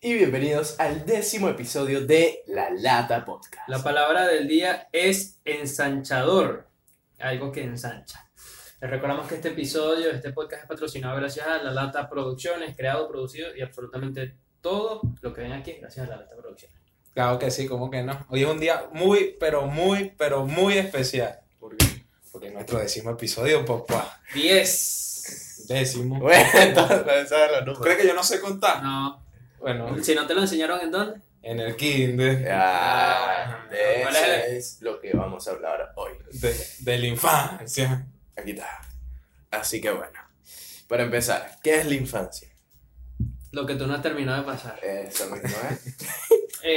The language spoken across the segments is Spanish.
y bienvenidos al décimo episodio de La Lata Podcast. La palabra del día es ensanchador, algo que ensancha. Les recordamos que este episodio, este podcast es patrocinado gracias a La Lata Producciones, creado, producido y absolutamente todo lo que ven aquí gracias a La Lata Producciones. Claro que sí, como que no. Hoy es un día muy, pero muy, pero muy especial. ¿Por qué? Porque es nuestro décimo episodio, pues, papá. 10. Décimo. Bueno, entonces, ¿sabes los ¿Crees números? que yo no sé contar? No, Bueno, si no te lo enseñaron en dónde. en el kinder. Ah, Ya, de ¿Cuál es el- eso es lo que vamos a hablar hoy. de, de la infancia. Aquí está. Así que bueno, para empezar, ¿qué es la infancia? Lo que tú no has terminado de pasar. Eso mismo, ¿eh?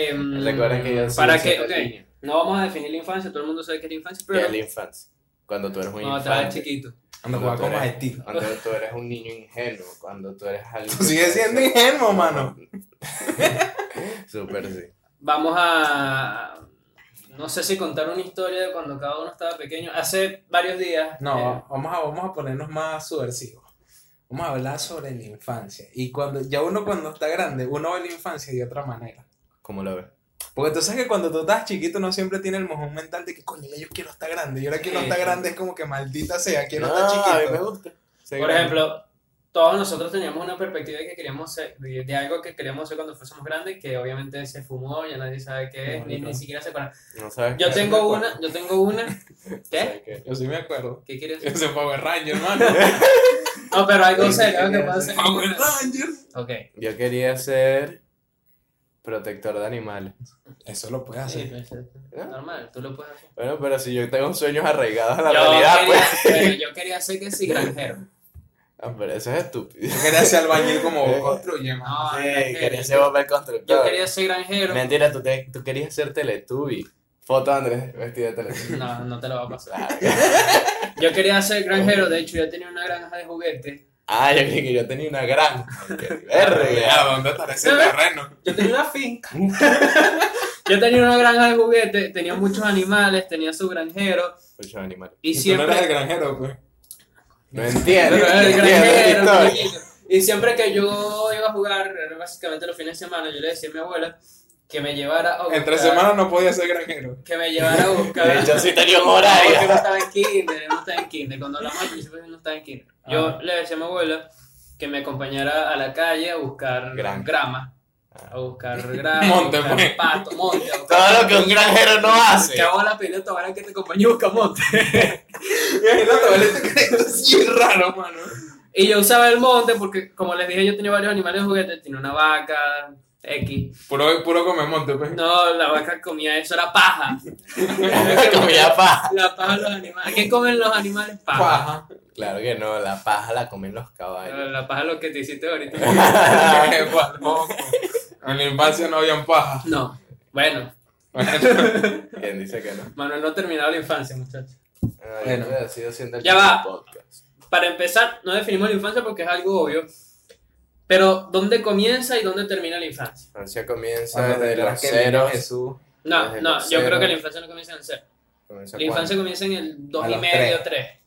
Em, Mm, Recuerden que yo soy para un que, super ok, niño. no vamos a definir la infancia, todo el mundo sabe que es la infancia, ¿Qué pero es la infancia? Cuando tú eres un cuando estabas infante. chiquito. Cuando Ando jugaba tú con eres- majestica. Cuando tú eres un niño ingenuo, cuando tú eres alguien... Tú sigues siendo ingenuo, mano. Súper sí. Vamos a. No sé si contar una historia de cuando cada uno estaba pequeño. Hace varios días. No, eh, vamos, a, vamos a ponernos más subversivos. Vamos a hablar sobre la infancia. Y cuando ya uno cuando está grande, uno ve la infancia de otra manera. ¿Cómo lo ves? Porque tú sabes que cuando tú estás chiquito, uno siempre tiene el mojón mental de que, coño, ya yo quiero estar grande. Y ahora quiero Sí. estar grande es como que maldita sea, quiero no, estar a mí me chiquito. gusta. Ser por grande. ejemplo, todos nosotros teníamos una perspectiva de que queríamos ser- de, de algo que queríamos ser cuando fuésemos grandes, que obviamente se fumó, ya nadie sabe qué es, No, ni, no. ni siquiera se acuerda. No sabes Yo qué- tengo me acuerdo. una, yo tengo una. ¿Qué? sabes qué. Yo sí me acuerdo. ¿Qué quieres decir? Ese Power Ranger, hermano. No, pero algo serio que pasa. Power Ranger. Ok. Yo quería ser protector de animales. Eso lo puedes Sí, hacer. pues, es normal, tú lo puedes hacer. Bueno, pero si yo tengo sueños arraigados a la Yo realidad, quería, pues. bueno, yo quería ser que sí, granjero. Ah, pero eso es estúpido. Yo quería hacer albañil como Eh. construye, mano. No, Sí, granjero. quería ser Bob el yo constructor. quería ser granjero. Mentira, tú, te- tú querías ser Teletubby. Foto Andrés, vestido de Teletubby. No, no te lo va a pasar. Ah, Yo quería ser granjero, de hecho yo tenía una granja de juguetes. ah, yo creí que yo tenía una granja. Qué verga. ¿Dónde estará ese ¿Sabes? terreno? Yo tenía una finca. Yo tenía una granja de juguetes, tenía muchos animales, tenía su granjero Muchos animales. y tú siempre... no eres el granjero, pues. No entiendo. Pero No era el entiendo la granjero, historia. chiquito. y siempre que yo iba a jugar, era básicamente los fines de semana, yo le decía a mi abuela que me llevara a buscar... Entre semanas no podía ser granjero. Que me llevara a De buscar... hecho, sí tenía un No, que no horario. estaba en kinder, no estaba en kinder. Cuando hablamos al principio no estaba en kinder. Yo Ah. Ajá. le decía a mi abuela que me acompañara a la calle a buscar Gran. grama. A buscar grama, Monte, a buscar pues. pato, monte. a buscar- Todo lo que un granjero no hace. Que hago la pelota ahora que te acompañé a buscar monte. Sí, raro, mano. Y yo usaba el monte porque, como les dije, yo tenía varios animales de juguete. Tenía una vaca, X. Puro, puro come monte, pues. No, la vaca comía eso, era paja. Comía paja. La paja de los animales. ¿Qué comen los animales? Paja. Paja. Claro que no, la paja la comen los caballos. La paja es lo que te hiciste ahorita. Qué guapo. En la infancia no habían paja. No. Bueno, ¿Quién dice que no? Manuel no ha terminado la infancia, muchachos. Bueno. Yo sigo haciendo el Ya va. podcast. Para empezar, no definimos la infancia porque es algo obvio. Pero, ¿dónde comienza y dónde termina la infancia? Francia comienza desde los ceros. Jesús. No, Desde no, los yo cero. creo que la infancia no comienza en el cero. Comienza La infancia cuando- comienza en el dos A y los medio, tres. tres.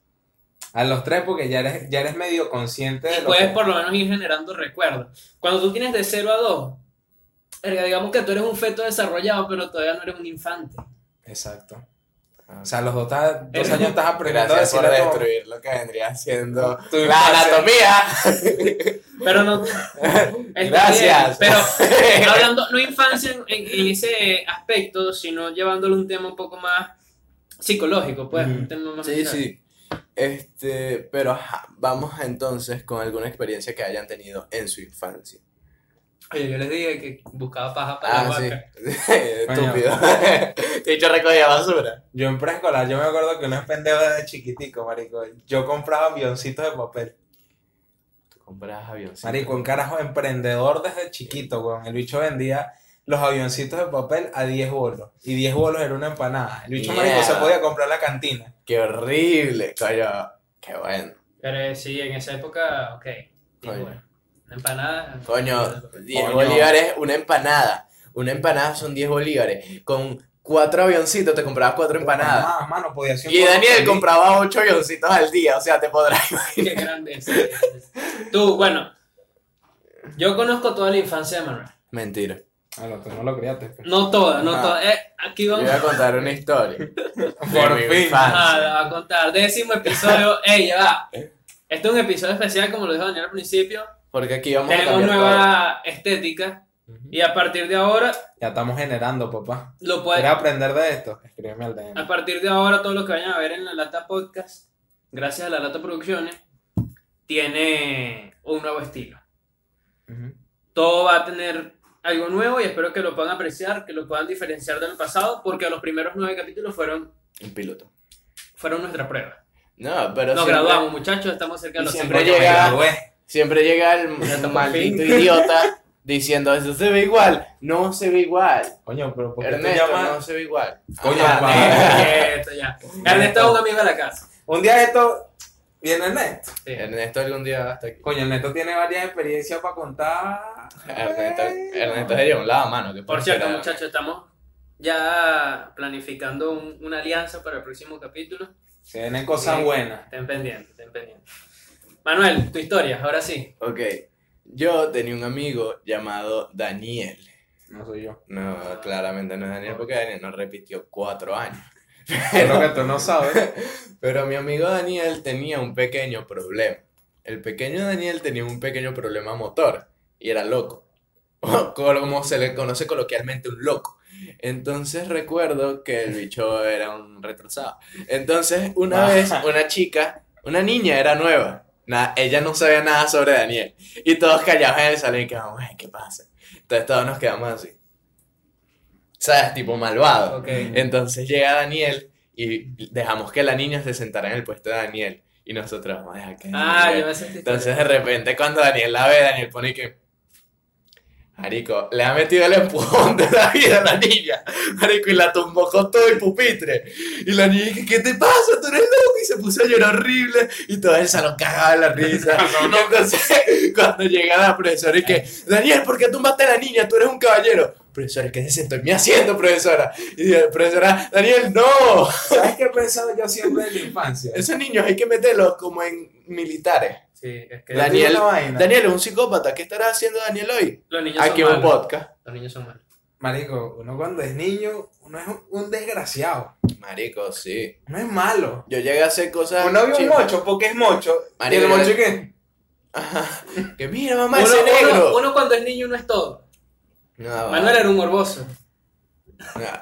A los tres, porque ya eres, ya eres medio consciente de Y lo puedes que- por lo menos ir generando recuerdos. Cuando tú tienes de cero a dos, verga, digamos que tú eres un feto desarrollado, pero todavía no eres un infante. Exacto. Ah. O sea, a los dos, estás- dos Eres- años estás aprendiendo Gracias a por decirle a tu- destruir lo que vendría siendo tu la infancia. anatomía. Pero no. está Gracias. bien, pero hablando, no infancia en, en- en ese aspecto, sino llevándolo a un tema un poco más psicológico, pues. Ujú. Un tema más Sí, mental. sí. Este, pero ajá, vamos entonces con alguna experiencia que hayan tenido en su infancia. Oye, yo les dije que buscaba paja para la Ah, sí. vaca. Estúpido. Y yo recogía basura. Yo en preescolar, yo me acuerdo que uno es pendejo desde chiquitico, marico. Yo compraba avioncitos de papel. Tú comprabas avioncitos. Marico, un carajo emprendedor desde chiquito, weón. El bicho vendía los avioncitos de papel a 10 bolos. Y 10 bolos era una empanada. El bicho, marico, se Mierda. podía comprar la cantina. Qué horrible, coño. Qué bueno. Pero eh, sí, en esa época, ok. Y Oye. bueno, una empanada. Coño, 10 Coño. bolívares, una empanada. Una empanada son 10 bolívares. Con cuatro avioncitos te comprabas cuatro empanadas. Más, mano, podía ser un Y gordo Daniel feliz. compraba ocho avioncitos al día. O sea, te podrás Qué grande es. Tú, bueno. Yo conozco toda la infancia de Manuel. Mentira. Bueno, tú Ah, no lo criaste. pues. No todas, no Ajá. todas. Eh, aquí Yo voy vamos a contar una historia. Por mi fin. fan. Ah, la va a contar. Décimo episodio. Ey, ya va. Este es un episodio especial, como lo dijo Daniel al principio. Porque aquí vamos a Tenemos cambiar nueva estética. Ujú. Y a partir de ahora, Ya estamos generando, papá. lo Pues- ¿Quieres puede, aprender de esto? Escríbeme al DM. a partir de ahora, todo lo que vayan a ver en la Lata Podcast, gracias a la Lata Producciones, tiene un nuevo estilo. Ujú. Todo va a tener algo nuevo y espero que lo puedan apreciar, que lo puedan diferenciar del pasado, porque los primeros nueve capítulos fueron, todo. Un piloto. fueron nuestra prueba. No, pero Nos siempre- graduamos, muchachos, estamos cerca de Y los siempre 50. Coño, me llega- gradué. Siempre llega el Ya estamos maldito idiota diciendo, eso se ve igual, no se ve igual. Coño, pero ¿por qué te Ernesto, llamas? no se ve igual. Coño, Ajá, papá. eh, Esto ya. Ernesto es un amigo de la casa. Un día esto viene Ernesto. Sí. Ernesto algún día va hasta aquí. Coño, Ernesto tiene varias experiencias para contar. Ernesto, Ay, Ernesto es de un lado, mano. Que Por cierto, era- muchachos, estamos ya planificando un- una alianza para el próximo capítulo. Se vienen cosas Sí. buenas. Estén pendientes, estén pendientes. Manuel, tu historia, ahora sí. Ok, yo tenía un amigo llamado Daniel. No soy yo. No, claramente no es Daniel porque Daniel no repitió cuatro años. Es lo que tú no sabes. Pero mi amigo Daniel tenía un pequeño problema. El pequeño Daniel tenía un pequeño problema motor y era loco. O como se le conoce coloquialmente, un loco. Entonces recuerdo que el bicho era un retrasado. Entonces, una vez, una chica, una niña era nueva. Na- ella no sabía nada sobre Daniel. Y todos callados en el salón y quedamos, "Ay, ¿qué pasa? Entonces todos nos quedamos así. ¿Sabes? Tipo malvado. Ok. Entonces llega Daniel y dejamos que la niña se sentara en el puesto de Daniel. Y nosotros vamos a dejar que. Ah, Daniel yo vea". me sentí. Entonces de repente cuando Daniel la ve, Daniel pone que. Marico, le ha metido el empujón de la vida a la niña. Marico, y la tumbó con todo el pupitre. Y la niña dice, ¿qué te pasa? Tú eres loco. Y se puso a llorar horrible. Y todo el salón cagaba de la risa. Y entonces, cuando llega la profesora y que, Daniel, ¿por qué tumbaste a la niña? Tú eres un caballero. Profesora, ¿qué se sentó en mi asiento, profesora? Y la profesora, Daniel, no. ¿Sabes qué he pensado yo siempre de la infancia? Esos niños hay que meterlos como en militares. Sí, es que La- Daniel, Yo tengo una vaina. Daniel es un psicópata. ¿Qué estará haciendo Daniel hoy? los niños Aquí en son un malos. podcast. Los niños son malos. Marico, uno cuando es niño, uno es un- un desgraciado. Marico, sí. No es malo. Yo llegué a hacer cosas. Uno vio un chimpas. mocho porque es mocho. Ah, Marico, ¿Y el mocho yo- qué? Ajá. Que mira, mamá, Uno, ese uno- negro. uno cuando es niño no es todo. No, va. Manuel era un morboso.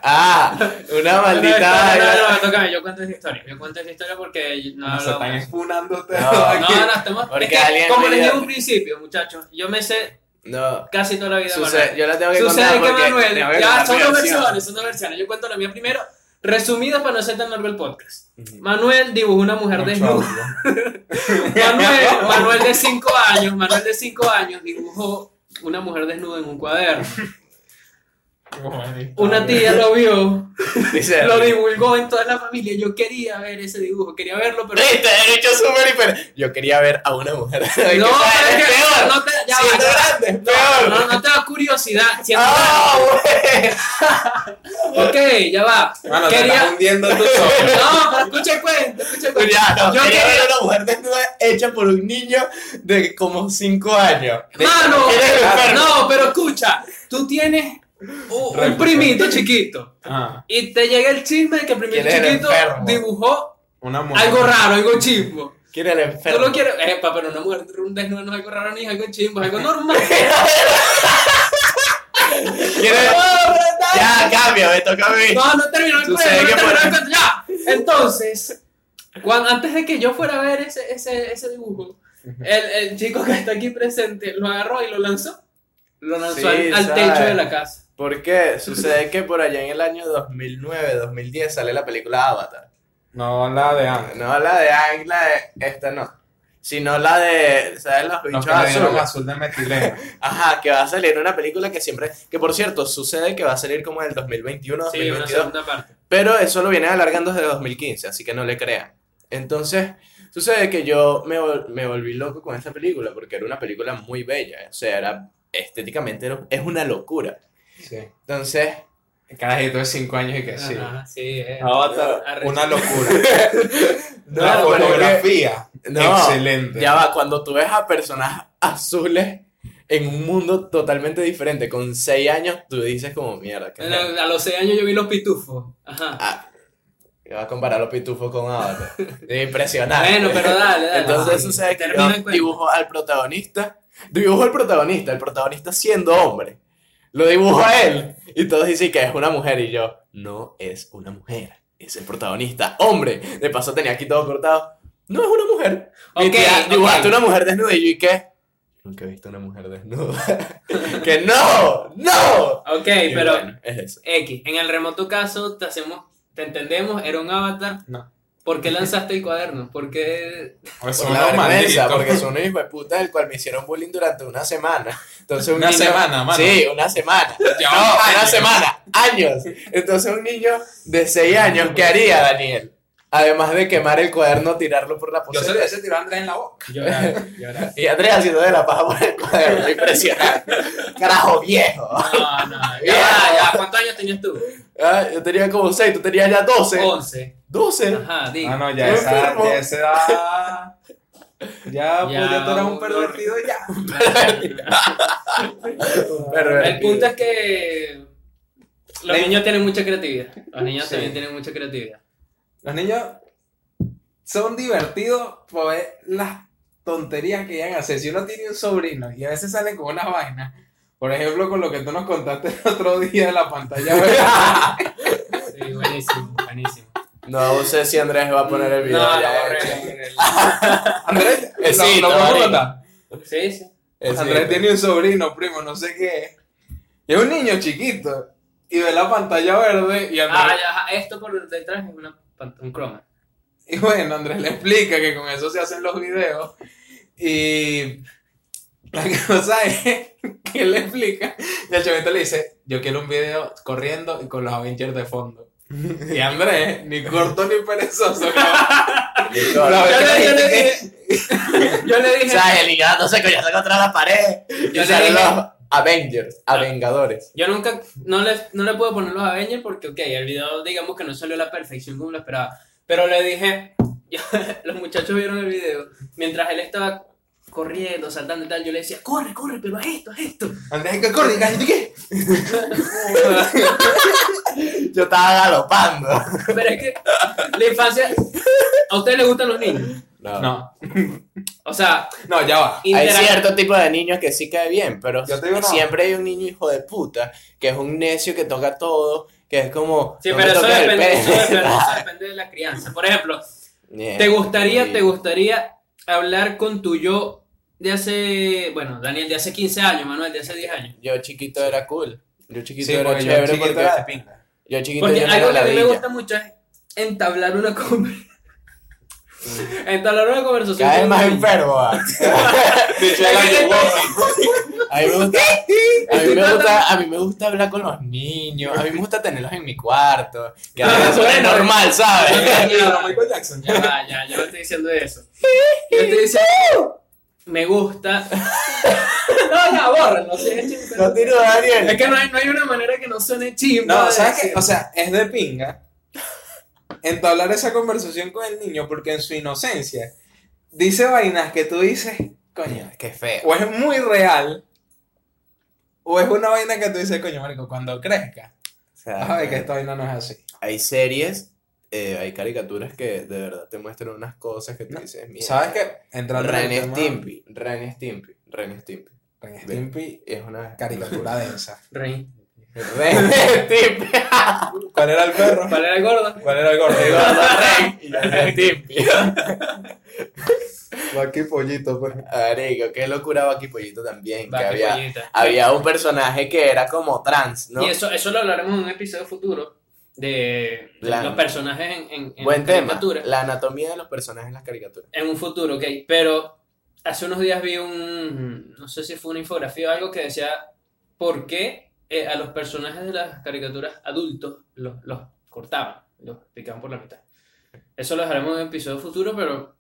Ah, una maldita. No, no, no, no, tócame, yo cuento esa historia. Yo cuento esa historia porque no No, se hablamos. están expunando ustedes No, dos No, aquí. no, estamos. Porque es que, alguien como me les diga- dije en un principio, muchachos, yo me sé No. casi toda la vida de Manuel. Sucede, yo la tengo que Sucede contar que porque tengo Manuel, que ya contar son mi dos versión. versiones, son dos versiones. Yo cuento la mía primero, resumida para no ser tan largo el podcast. Ujú. Manuel dibujó una mujer Mucho desnuda. audio. Manuel, Manuel de 5 años, Manuel de 5 años dibujó una mujer desnuda en un cuaderno. Ah, Una tía lo vio, Dice, lo divulgó en toda la familia. Yo quería ver ese dibujo, quería verlo, pero Viste, derecho súper hiper. Yo quería ver a una mujer. No, pero No, pero es que- peor. no te- ya Siendo va, grande, es no, peor. no, no te da curiosidad. siendo Ah, güey. grande. ok, ya va. Mano, Ah, te estás quería... hundiendo tú solo. No, pero escucha el cuento, escucha el cuento. Ya, no, Yo quería quería- ver una mujer desnuda hecha por un niño de como 5 años. De- Mano, Eres enfermo. no, pero escucha, tú tienes un, un primito chiquito Ah, y te llega el chisme de que el primito Él era chiquito enfermo. dibujó una mujer. algo raro, algo chimbo. ¿Quién era el Tú enfermo? lo quieres, epa, pero una mujer desnuda no es algo raro ni es algo chimbo, es algo normal. ¿Quién era- Ya, cambia, me toca a mí. No, no terminó el cuento, Sucede no que terminó por- el cuento, ya. Entonces, cuando, antes de que yo fuera a ver ese, ese, ese dibujo, el, el chico que está aquí presente lo agarró y lo lanzó. Lo lanzó Sí, al- al sabe. techo de la casa. ¿Por qué? Sucede que por allá en el año 2009, 2010 sale la película Avatar. No la de Ana. No la de Ang, la de esta no. Sino la de, ¿sabes? Los Los bichos que le dieron azules. azul de metileno. Ajá, que va a salir una película que siempre. Que por cierto, sucede que va a salir como en el 2021, Sí, una 2022. segunda parte. Pero eso lo viene alargando desde 2015, así que no le crean. Entonces, sucede que yo me, vol- me volví loco con esta película, porque era una película muy bella. O sea, era estéticamente era- es una locura. Sí. Entonces, El Carajito de 5 años y que sí. Ajá, sí, eh. Avatar, Arrecho. una locura. No, la pero fotografía, no, excelente. ya va, cuando tú ves a personas azules en un mundo totalmente diferente. Con seis años tú dices como mierda. ¿qué Bueno, es esto?". a los 6 años yo vi los pitufos. Ajá. Ah, vas a comparar los pitufos con Avatar. Es impresionante. bueno, pero dale, dale. Entonces Sí, sucede que termina yo el cuento. dibujo al protagonista, dibujo al protagonista, el protagonista siendo hombre. Lo dibujo a él y todos dicen que es una mujer y yo, no es una mujer, es el protagonista, hombre. De paso tenía aquí todo cortado, no es una mujer. Mi Ok, tía, ok. dibujaste una mujer desnuda y yo, ¿y qué? Nunca he visto una mujer desnuda. que no, no. Ok, Y pero bueno, es eso. X, en el remoto caso te hacemos, te entendemos, era un avatar. No. ¿Por qué lanzaste el cuaderno? ¿Por qué? Pues Por son la unos vergüenza, malditos. porque son unos hijos de puta del cual me hicieron bullying durante una semana. Entonces un Una niño- semana, mano. Sí, una semana. Ya No, van una años. semana, años. Entonces un niño de 6 años, ¿qué haría Daniel? Además de quemar el cuaderno, tirarlo por la Yo se lo poseta. hubiese tirado a Andrés en la boca. Llorar, llorar. Y Andrea haciendo de la paja por el cuaderno, impresionante. Carajo viejo. No, no, ya, ya, ¿Cuántos años tenías tú? Ah, Yo tenía como 6, tú tenías ya 12. Oh. 11. 12. Ajá, digo. Ah, No, no, ya Yo esa, enfermo. ya esa edad. Ya, pues Ya, ya tú eres un un- pervertido ya. El punto es que los Le- niños tienen mucha creatividad. Los niños Sí. también tienen mucha creatividad. Los niños son divertidos por ver las tonterías que llegan a hacer. Si uno tiene un sobrino y a veces salen con unas vainas, por ejemplo, con lo que tú nos contaste el otro día de la pantalla verde. Sí, buenísimo, buenísimo. No sé si Andrés va a poner el video. No, ya eh. no, hecho. horrible, horrible. Andrés, Sí, lo, lo marico. puedo contar? Sí, sí. Es Andrés cierto. tiene un sobrino, primo, no sé qué es. Y es un niño chiquito. Y ve la pantalla verde y Andrés. Ah, ya, ajá, esto por detrás es una, pan- un croma. Y bueno, Andrés le explica que con eso se hacen los videos. Y la cosa es que él le explica. Y el chavito le dice, yo quiero un video corriendo y con los Avengers de fondo. Y Andrés, ni corto ni perezoso. cabrón. Listo. La Yo verdad le, yo le es que- dije. Yo le dije. ¿Sabes? El niño dándose coñazo contra la pared. Y Yo le salen dije- los Avengers, Avengadores. Yo nunca, no le, no le puedo poner los Avengers porque, ok, el video digamos que no salió a la perfección como lo esperaba. Pero le dije, los muchachos vieron el video, mientras él estaba corriendo, saltando y tal, yo le decía, corre, corre, pero haz esto, haz esto. Andrés, ¿qué corre? ¿Y qué? Yo estaba galopando. Pero es que la infancia, a ustedes les gustan los niños. No, O sea, no, ya va. Hay interac- cierto tipo de niños que sí cae bien, pero Yo te digo, no. siempre hay un niño hijo de puta que es un necio que toca todo, que es como. Sí, no me pero eso toques el depende, eso pene. depende- eso depende de la crianza. Por ejemplo, Yeah. ¿Te gustaría, Sí. te gustaría hablar con tu yo de hace, bueno, Daniel, de hace 15 años, Manuel, de hace 10 años? Yo chiquito era cool. Yo chiquito Sí, era porque yo chévere chiquito porque. era de pinga. Yo chiquito Porque yo no algo que era a mí me ladilla. gusta mucho es entablar una conversación. entablar una conversación. Cada vez con más un niño. enfermo. ah. A mí, me gusta, a, mí me gusta, a mí me gusta hablar con los niños, a mí me gusta tenerlos en mi cuarto, que a eso es normal, ¿sabes? Michael Jackson. Ya va, ya, yo no estoy diciendo eso. Yo estoy diciendo, me gusta. no, ya, bórralo, sí, es chimbo. No tiro a Es Daniel. que no hay, no hay una manera que no suene chimbo. No, de ¿sabes qué? decir. O sea, es de pinga entablar esa conversación con el niño porque en su inocencia dice vainas que tú dices, coño, Qué feo. o es muy real, o es una vaina que tú dices, coño, marico, cuando crezca, O sea, sabes que esta vaina no es así. hay series, eh, hay caricaturas que de verdad te muestran unas cosas que tú No, dices, mira. ¿Sabes qué? Entrando en el Ren y tema- Stimpy, Ren y Stimpy, Ren y Stimpy. Ren y Stimpy, Es una caricatura densa. Rey. Ren y Stimpy. ¿Cuál era el perro? ¿Cuál era el gordo? ¿Cuál era el gordo? El gordo Ren y Ren y Stimpy. Aquí pollito, pues. Marico, qué locura Baki Pollito también, que Va, qué había, pollita. había un personaje que era como trans, ¿no? Y eso, eso lo hablaremos en un episodio futuro de Plan. los personajes en, en, en Buen tema. caricatura. La anatomía de los personajes en las caricaturas. En un futuro, ok. Pero hace unos días vi un, no sé si fue una infografía o algo que decía por qué eh, a los personajes de las caricaturas adultos los, los cortaban, los picaban por la mitad. Eso lo dejaremos en un episodio futuro, pero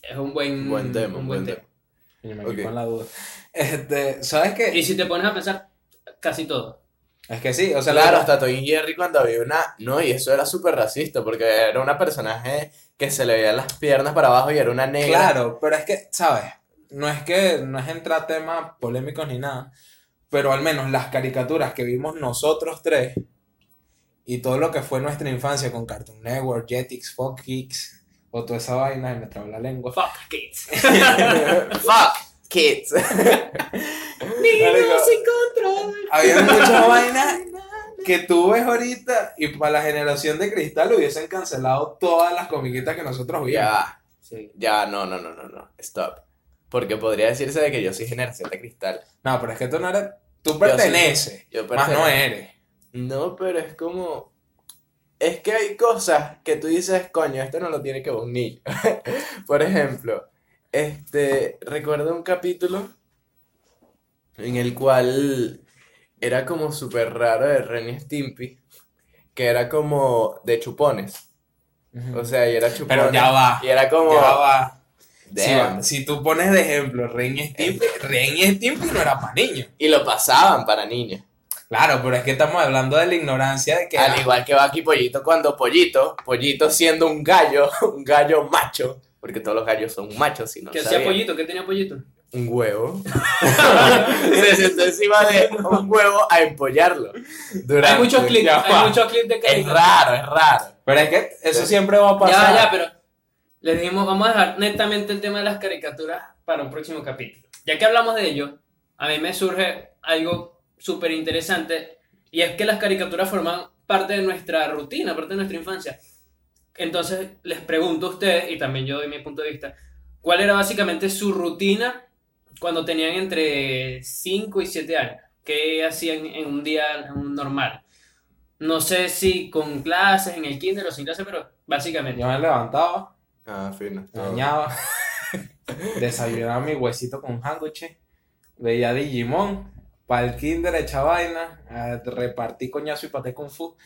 es un buen, Buen tema, un buen tema. Yo me Ok. quedé con la duda. Este, ¿sabes qué? Y si te pones a pensar, casi todo. Es que sí, o sea, Claro, la- hasta Toy y Jerry cuando había una... No, y eso era súper racista porque era una personaje que se le veían las piernas para abajo y era una negra. Claro, pero es que, ¿sabes? no es que no es entrar a temas polémicos ni nada, pero al menos las caricaturas que vimos nosotros tres y todo lo que fue nuestra infancia con Cartoon Network, Jetix, Fox Kids o toda esa vaina de nuestra la lengua. Fuck kids. Fuck kids. Marico, sin control. Había muchas vainas que tú ves ahorita y para la generación de cristal hubiesen cancelado todas las comiquitas que nosotros vimos. ya va, Sí. ya, no, no, no, no, no, stop. Porque podría decirse de que yo soy generación de cristal. No, pero es que tú no eres. Tú soy- perteneces, yo más no pertenezco. eres. No, pero es como... Es que hay cosas que tú dices, coño, esto no lo tiene que ver un niño. Por ejemplo, este, recuerdo un capítulo en el cual era como súper raro de Ren y Stimpy, que era como de chupones. O sea, y era chupones. pero ya va. Y era como... Ya va. Damn. Si, Eh. va- si tú pones de ejemplo Ren y Stimpy, Ren y Stimpy no era para niños. Y lo pasaban para niños. Claro, pero es que estamos hablando de la ignorancia de que. Al Ah. era- igual que Baki Pollito cuando Pollito, Pollito siendo un gallo, un gallo macho, porque todos los gallos son machos, si no ¿Qué hacía sabían. pollito? ¿Qué tenía pollito? Un huevo. Se sentó encima de un huevo a empollarlo. durante- Hay muchos clips, Ya va. hay muchos clips de Es caricaturas. raro, es raro. Pero es que eso siempre va a Ya, pasar. ya, pero les dijimos, vamos a dejar netamente el tema de las caricaturas para un próximo capítulo. Ya que hablamos de ello, a mí me surge algo súper interesante y es que las caricaturas forman parte de nuestra rutina, parte de nuestra infancia. Entonces les pregunto a ustedes, y también yo doy mi punto de vista, ¿cuál era básicamente su rutina cuando tenían entre 5 y 7 años? ¿Qué hacían en un día normal? No sé si con clases, en el kinder o sin clases, pero básicamente. Yo me levantaba, Ah, fino. me bañaba, desayunaba mi huesito con hanguche, veía Digimon, para el kinder hecha vaina, eh, repartí coñazo y paté con fu,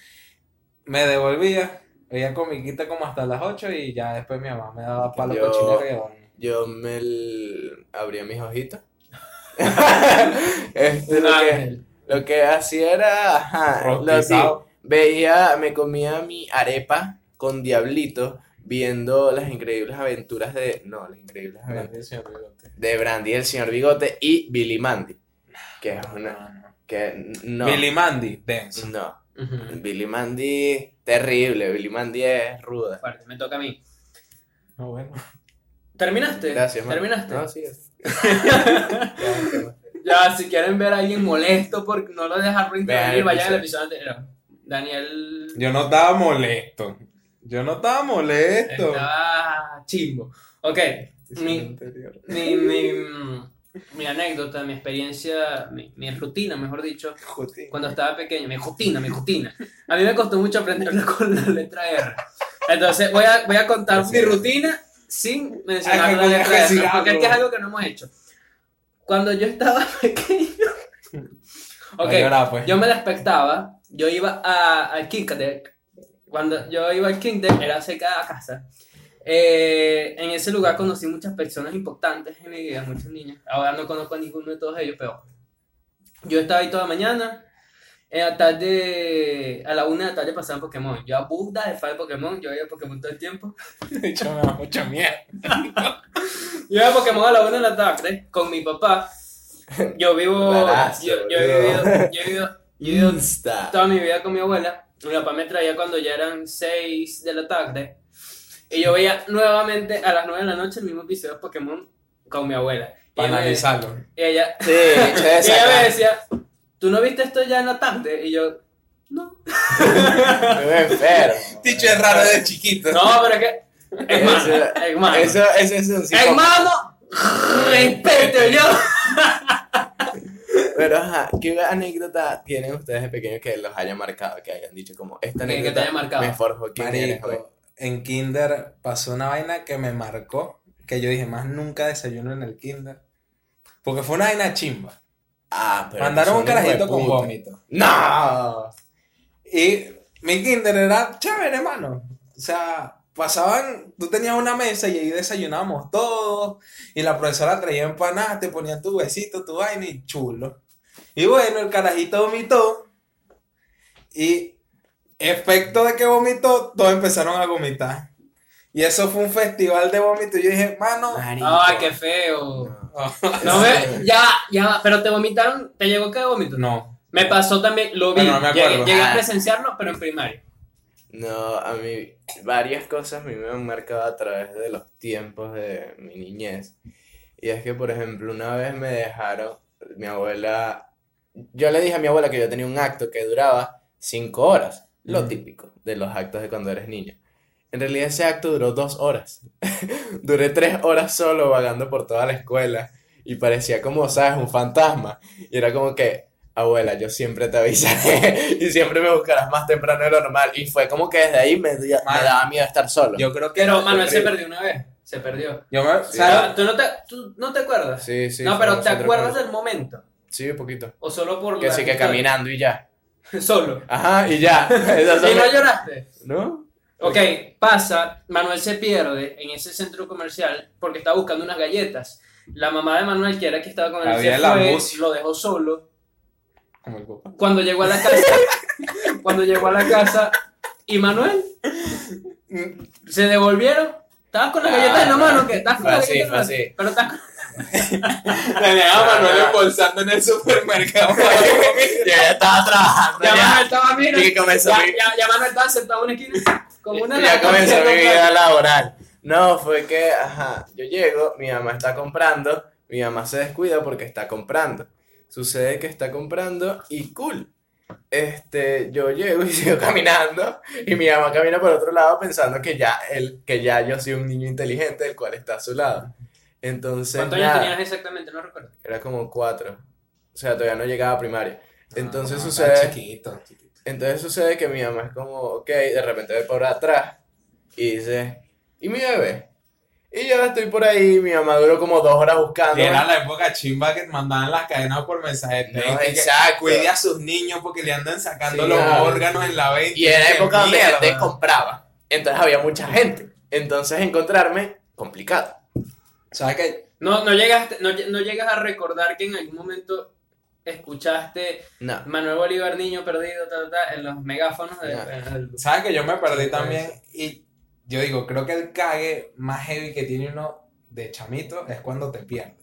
me devolvía, veía comiquita como hasta las 8 y ya después mi mamá me daba palo Yo- cochinero y dormía. Yo me l- abría mis ojitos. Este, lo, que, Ángel. lo que hacía era. Ajá, lo Rostizado. ti- Veía, me comía mi arepa con diablito viendo las increíbles aventuras de. No, las increíbles aventuras. De Brandy, el señor Bigote y Billy Mandy. Que es una. Que n- no. Billy Mandy, dance. No. Ujú. Billy Mandy, terrible. Billy Mandy es ruda. Fuerte, me toca a mí. No, Ah, bueno. ¿Terminaste? Gracias, man. ¿Terminaste? No, sí. es- Ya, si quieren ver a alguien molesto porque no lo dejan Vean reintervenir, el vayan al episodio. episodio anterior. Daniel Yo no estaba molesto. Yo no estaba molesto. estaba chimbo. Ok, mi, Anterior. mi, mi, mm, mi anécdota, mi experiencia, mi, mi rutina, mejor dicho, Joder. cuando estaba pequeño, mi rutina, mi rutina. A mí me costó mucho aprenderlo con la letra R. Entonces voy a, voy a contar mi rutina sin mencionar Ay, la coño, letra es que R, sí, porque es algo. que es algo que no hemos hecho. Cuando yo estaba pequeño... Ok, Va a llorar, pues. yo me despertaba, yo iba a, al Kinkadeck. Cuando yo iba al Kinkadeck, era cerca de la casa. Eh, en ese lugar conocí muchas personas importantes en mi vida, muchos niños. Ahora no conozco a ninguno de todos ellos, pero yo estaba ahí toda la mañana. En la tarde, a la una de la tarde pasaban Pokémon. Yo a Buda de Fire Pokémon, yo veía Pokémon todo el tiempo. De hecho, me da mucha mierda. Yo iba a Pokémon a la una de la tarde con mi papá. Yo vivo. Rarazo, yo, yo he boludo. vivido, yo he vivido, yo he vivido Insta. toda mi vida con mi abuela. Mi papá me traía cuando ya eran 6 de la tarde. Y yo veía nuevamente a las 9 de la noche el mismo episodio de Pokémon con mi abuela. Y Para ella me- analizarlo. y ella, Sí, echa y ella me esa decía, ¿tú no viste esto ya en la tarde? Y yo, no. cara. Me veo enfermo. Dicho es raro de chiquito. No, pero es que... Hermano, Eso- hermano. Eso, eso es un psicópata. Hermano, respeto yo. Pero ajá, ¿qué anécdota tienen ustedes de pequeños que los haya marcado? Que hayan dicho como, esta Que- que te anécdota haya marcado. me forjó quién eres hoy. Marico, en kinder pasó una vaina que me marcó, que yo dije, más nunca desayuno en el kinder. Porque fue una vaina chimba. Ah, pero Mandaron son un carajito con hijueputa. vómito. ¡No! Y mi kinder era chévere, hermano. O sea, pasaban, tú tenías una mesa y ahí desayunábamos todos. Y la profesora traía empanadas, te ponían tu huesito, tu vaina y chulo. Y bueno, el carajito vomitó. Y efecto de que vomitó, todos empezaron a vomitar. Y eso fue un festival de vómito. Y yo dije, mano. ¡Ay, qué feo! No me, ya, ya, pero te vomitaron, te llegó que de vómito. No. Me pasó también, lo vi, Bueno, no me llegué, acuerdo. llegué a Ah. presenciarlo, pero en primaria. No, a mí varias cosas a mí me han marcado a través de los tiempos de mi niñez. Y es que, por ejemplo, una vez me dejaron, mi abuela, yo le dije a mi abuela que yo tenía un acto que duraba cinco horas, lo Ujú. típico de los actos de cuando eres niño. En realidad ese acto duró dos horas. Duré tres horas solo vagando por toda la escuela y parecía como, ¿sabes? Un fantasma. Y era como que, Abuela, yo siempre te avisaré y siempre me buscarás más temprano de lo normal. Y fue como que desde ahí me, di- me Mano. daba miedo estar solo. Yo creo que. Pero no, Manuel yo se creo- perdió una vez, se perdió. Yo me. Sí. ¿sabes? Pero, ¿Tú no te, tú no te acuerdas? sí, sí. no, fue pero un ¿te centro acuerdas comercial. del momento? Sí, un poquito. ¿O solo por Que la sí, que historia? caminando y ya. Solo. Ajá, y ya. Esas son ¿Y no las- lloraste? ¿No? Ok, pasa, Manuel se pierde en ese centro comercial porque estaba buscando unas galletas. La mamá de Manuel, que era que estaba con él, Había se la fue, música. lo dejó solo. Como el papá. Cuando llegó a la casa, cuando llegó a la casa, ¿y Manuel? ¿Se devolvieron? ¿Estabas con las galletas en la mano? ¿Qué? ¿Estabas con Ah, Fue las así, galletas en fue la mano? así. Pero estás con- Le dejaba a Manuel Ah. embolsando en el supermercado. Yo ya estaba trabajando. Ya Manuel Ya, estaba, mira, Y que comenzó ya, mi- ya- ya Manuel estaba sentado en una esquina con una ya lata comenzó mi haciendo vida laboral. No, fue que, ajá, yo llego, mi mamá está comprando, mi mamá se descuida porque está comprando. Sucede que está comprando y cool. Este, yo llego y sigo caminando y mi mamá camina por otro lado pensando que ya él, que ya yo soy un niño inteligente el cual está a su lado. Entonces, ¿Cuántos años nada, tenías exactamente? No recuerdo. era como cuatro. O sea, todavía no llegaba a primaria. Entonces Ah, sucede Chiquito, chiquito. entonces sucede que mi mamá es como, ok, de repente ve por atrás y dice, ¿y mi bebé? Y yo estoy por ahí, mi mamá duró como dos horas buscando. Era la época chimba que mandaban las cadenas por mensaje. de No, texto, que exacto. Cuide a sus niños porque le andan sacando Sí, los claro. órganos en la venta. Y era ¡Qué época donde mierda! gente compraba. Entonces había mucha gente. Entonces encontrarme, complicado. ¿Sabes qué? No, no, llegaste, no, lle- no llegas a recordar que en algún momento escuchaste No. Manuel Bolívar Niño Perdido ta, ta, ta, en los megáfonos. De, Ya. en el- ¿Sabes que yo me perdí Sí, también? pues. Y yo digo, creo que el cague más heavy que tiene uno de chamito es cuando te pierdes.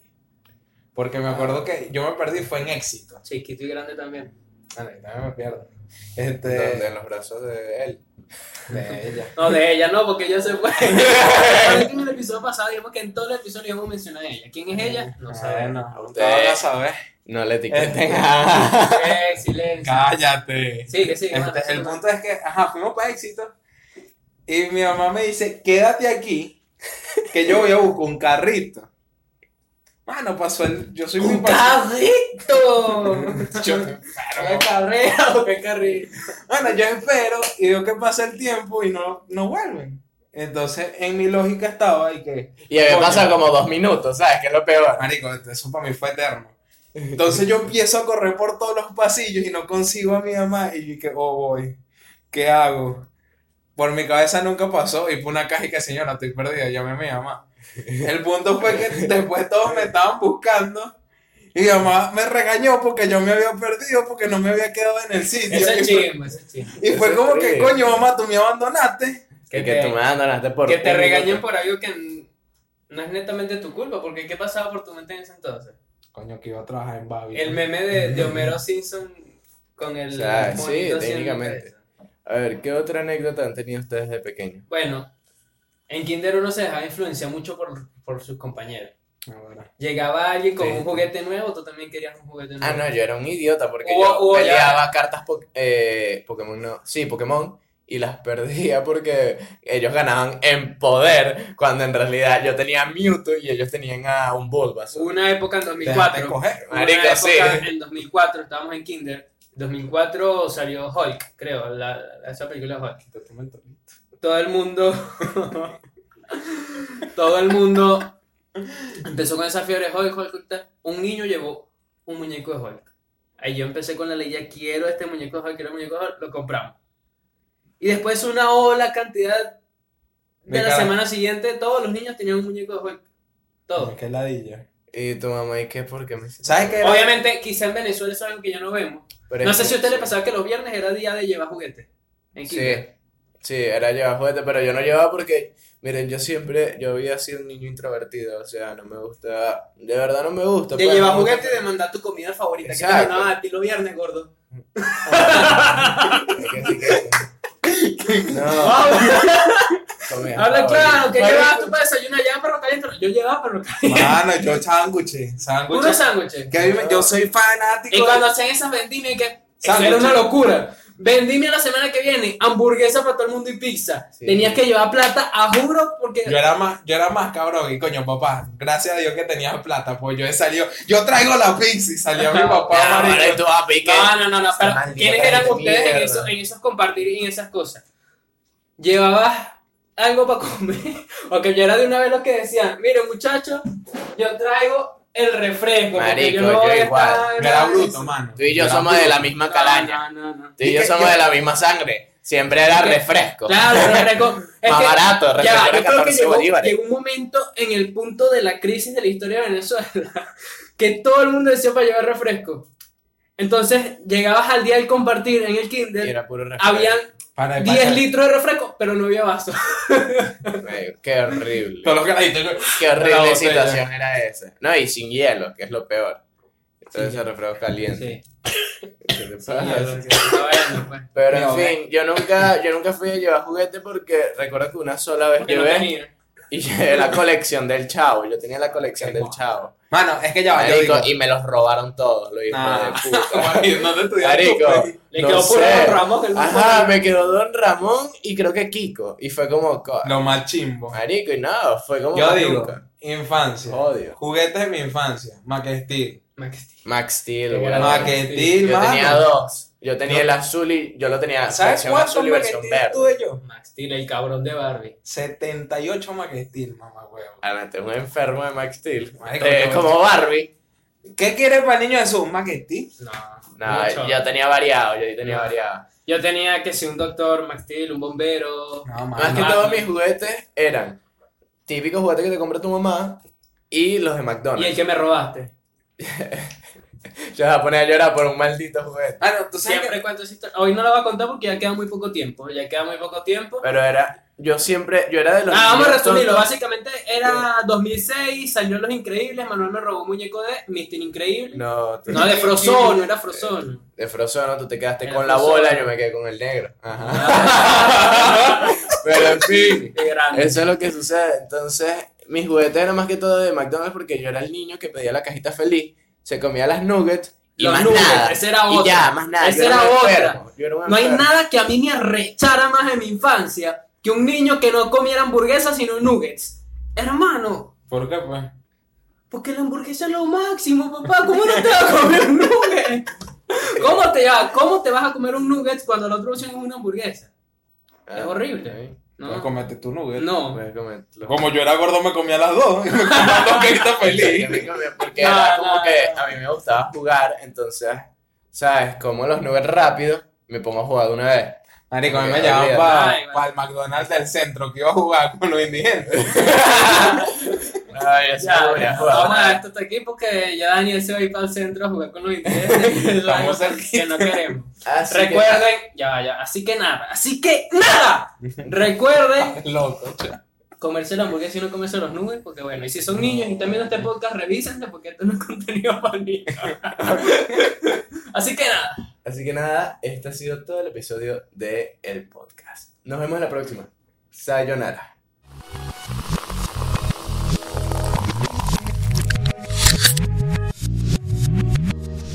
Porque me Ah. acuerdo que yo me perdí fue en éxito. chiquito y grande también. Vale, también me pierdo. Este, Donde en los brazos de él. De ella. No, de ella no, porque ella se fue. Ahorita en el episodio pasado dijimos que en todo el episodio íbamos a mencionar a ella. ¿Quién es ella? No Ah, sabemos. No, Ustedes- ustedes van a saber. No le Este, etiqueten. ah, Eh, silencio. Sigue, Cállate. sigue. Este, Manuel, sigue, el Manuel. punto es que, ajá, fuimos para éxito. Y mi mamá me dice, quédate aquí, que yo voy a buscar un carrito. Mano, pasó el. Yo soy muy ¡Un paciente. ¡Carrito! Yo- ¿Qué carrera o qué carril? Bueno, yo espero y veo que pasa el tiempo y no, no vuelven. Entonces, en mi lógica estaba y que, Y había Coño. pasado como dos minutos, ¿sabes? Que es lo peor. marico, eso para mí fue eterno. Entonces yo empiezo a correr por todos los pasillos y no consigo a mi mamá y yo que, oh voy, ¿qué hago? Por mi cabeza nunca pasó y fue una caja y que, señora, estoy perdida, llamé a mi mamá. El punto fue que después todos me estaban buscando y mi mamá me regañó porque yo me había perdido porque no me había quedado en el sitio. Ese es Y fue- chisme, ese es chisme. y fue Eso como es que, triste. coño, mamá, tú me abandonaste. Que, Que que te- tú me abandonaste por Que te un regañen minuto. por algo que n- no es netamente tu culpa, porque ¿qué pasaba por tu mente en ese entonces? Coño, que iba a trabajar en Babi. El meme de, de Homero Simpson con el... O sea, monito sí, haciendo técnicamente. eso. A ver, ¿qué otra anécdota han tenido ustedes de pequeño? Bueno, en Kinder uno se dejaba influenciar mucho por, por sus compañeros. Llegaba alguien con Sí. un juguete nuevo, tú también querías un juguete nuevo. Ah, no, yo era un idiota porque Hubo- yo hubo ya- peleaba cartas po- eh, Pokémon, no, sí, Pokémon, y las perdía porque ellos ganaban en poder, cuando en realidad yo tenía Mewtwo y ellos tenían a un Bulbasaur. Hubo una época en Déjate 2004. coger. hubo una Marico, época sí. En 2004 estábamos en Kinder. 2004 salió Hulk, creo, la, esa película Hulk. Te tomo el torito. todo el mundo todo el mundo empezó con esa fiebre Hulk, Hulk, Hulk, tal. un niño llevó un muñeco de Hulk ahí yo empecé con la ley ya quiero este muñeco de Hulk quiero el muñeco de Hulk lo compramos y después una ola cantidad de, De la cada- semana siguiente todos los niños tenían un muñeco de Hulk todos Qué ladilla. Y tu mamá, ¿y qué? ¿Por qué me hiciste? ¿Sabes qué? era? obviamente quizá en Venezuela eso es algo que ya no vemos Pero no es sé que- si a usted le pasaba que los viernes era día de llevar juguetes en Sí, kinder. Sí, era llevar juguetes, pero yo no llevaba porque, miren, yo siempre, yo había sido un niño introvertido, o sea, no me gusta, de verdad no me gusta. De pues, llevar no me gusta- juguete y de mandar tu comida favorita. Que te Exacto. mandaban a ti los viernes, gordo. No, comida Habla favorita. claro, que Marico. llevabas tú para desayunar, llevabas perro caliente. Yo llevaba perro caliente. Mano, yo sándwiches. Unos Sándwiches. sándwiches. Que a mí me- yo soy fanático. Y cuando hacían esas vendimias, que eso Sándwiches. era una locura. Vendimia la semana que viene, hamburguesa para todo el mundo y pizza. Sí. Tenías que llevar plata a juro porque. Yo era más, yo era más cabrón y coño, papá, gracias a Dios que tenía plata, pues yo he salido, yo traigo la pizza y salió mi papá, Ah, marico. vale, tú vas a pique. No, no, no, no. Pero, maldita ¿Quiénes eran de ustedes en, mierda. eso- en esos compartir y en esas cosas? ¿Llevabas algo para comer? O que yo era de una vez los que decían, miren muchachos, yo traigo el refresco. porque Marico, no yo voy a igual. estar- Yo era bruto, mano. Tú y yo Era somos bruto. de la misma calaña. No, no, no. Tú y Y yo que- somos que- de la misma sangre. Siempre era refresco. Claro, el refresco. es Más que- barato, refresco Ya, yo era creo que 14 llegó, bolívares. llegó un momento en el punto de la crisis de la historia de Venezuela que todo el mundo decía para llevar refresco. Entonces llegabas al día del compartir en el Y kinder, era puro refresco. habían Para 10 litros de refresco, pero no había vaso. Marico, Qué horrible. Todos los carajitos. Qué La horrible botella. situación era esa. No, y sin hielo, que es lo peor. Entonces ese refresco caliente. ¿Qué te pasa? pues. Pero en No, fin, yo nunca, yo nunca fui a llevar juguete porque recuerdo que una sola vez Porque no llevé tenía. y llevé la colección del chavo. Yo tenía la colección Qué del guapo. chavo. Mano, es que ya va, yo Marico, digo. y me los robaron todos, los hijos Nah. Ah. de puta. No te estudiaste. Marico, pues. Le no quedó puro sé. Ramos del mundo. Ajá, me quedó Don Ramón y creo que Kiko. Y fue como, co- Lo más chimbo. marico, y no, fue como Yo más digo, nunca. infancia. Odio. Juguetes de mi infancia. Mac Steel. Max Steel. Max Steel, Qué weón. grande. Mac Mac Steel. Steel, Yo mano. tenía dos. Yo tenía No. el azul y yo lo tenía ¿Sabes versión cuántos azul y Mac versión Steel verde. tuve yo? Max Steel, el cabrón de Barbie. 78 Mac Steel, mamá huevo. Adelante, un enfermo de Max Steel. Marico, Eh, qué como Barbie. ¿Qué quieres para el niño de su Mac Steel? No, No, mucho. yo tenía variado, yo tenía No. variado. Yo tenía que ser un doctor, Max Steel, un bombero. No, Más que Ah, todos no. mis juguetes eran típicos juguetes que te compra tu mamá y los de Y el McDonald's. que me robaste. Yo me voy a poner a llorar por un maldito juguete. Ah, no, tú sabes Siempre cuento esa historia. Hoy no la voy a contar porque ya queda muy poco tiempo. Ya queda muy poco tiempo. Pero era, yo siempre, yo era de los. Ah, vamos a niños resumirlo. tontos. Básicamente era 2006, salió Los Increíbles, Manuel me robó un muñeco de Mister Increíble. No, No, tú- de Frozone, no era Frozone. de Frozono, tú te quedaste Era con la Frozono. bola, yo me quedé con el negro. Ajá. Pero en fin, Qué grande. eso es lo que sucede. Entonces, mis juguetes eran más que todo de McDonald's porque yo era el niño que pedía la cajita feliz, se comía las nuggets y Los más nuggets, nada. ese era Y otro. ya, más nada. Ese yo era un otro. enfermo, yo era un No hay enfermo. nada que a mí me arrechara más en mi infancia que un niño que no comiera hamburguesas sino nuggets. Hermano, ¿Por qué, pues? porque la hamburguesa es lo máximo, papá. ¿Cómo no te vas a comer un nugget? ¿Cómo te, va- ¿Cómo te vas a comer un nugget cuando la otra opción es una hamburguesa? Ah, Es horrible. ok. Pues No, comete tu nugget. no. Pues, come- lo- Como yo era gordo, me comía las dos. Y me comía dos quequitas feliz. Porque No, era no, como que no. a mí me gustaba jugar, entonces, ¿sabes? Como los nubes rápidos, me pongo a jugar de una vez. Marico, a mí me Ok, llamaban olvídate. Ay, para vale. el McDonald's del centro que iba a jugar con los indigentes. Ay, yo sí Ya, me voy a jugar. vamos a dejar esto hasta aquí porque ya Daniel se va a ir para el centro a jugar con los intereses. Estamos que no queremos. Así que- Recuerden, ya vaya, así que nada, así que nada. Recuerden Loco, cha. comerse la hamburguesa y no comerse los nubes, porque bueno, y si son niños y están viendo este podcast, revísense porque esto no es contenido para niños. así que nada. Así que nada, este ha sido todo el episodio de el podcast. Nos vemos en la próxima. Sayonara.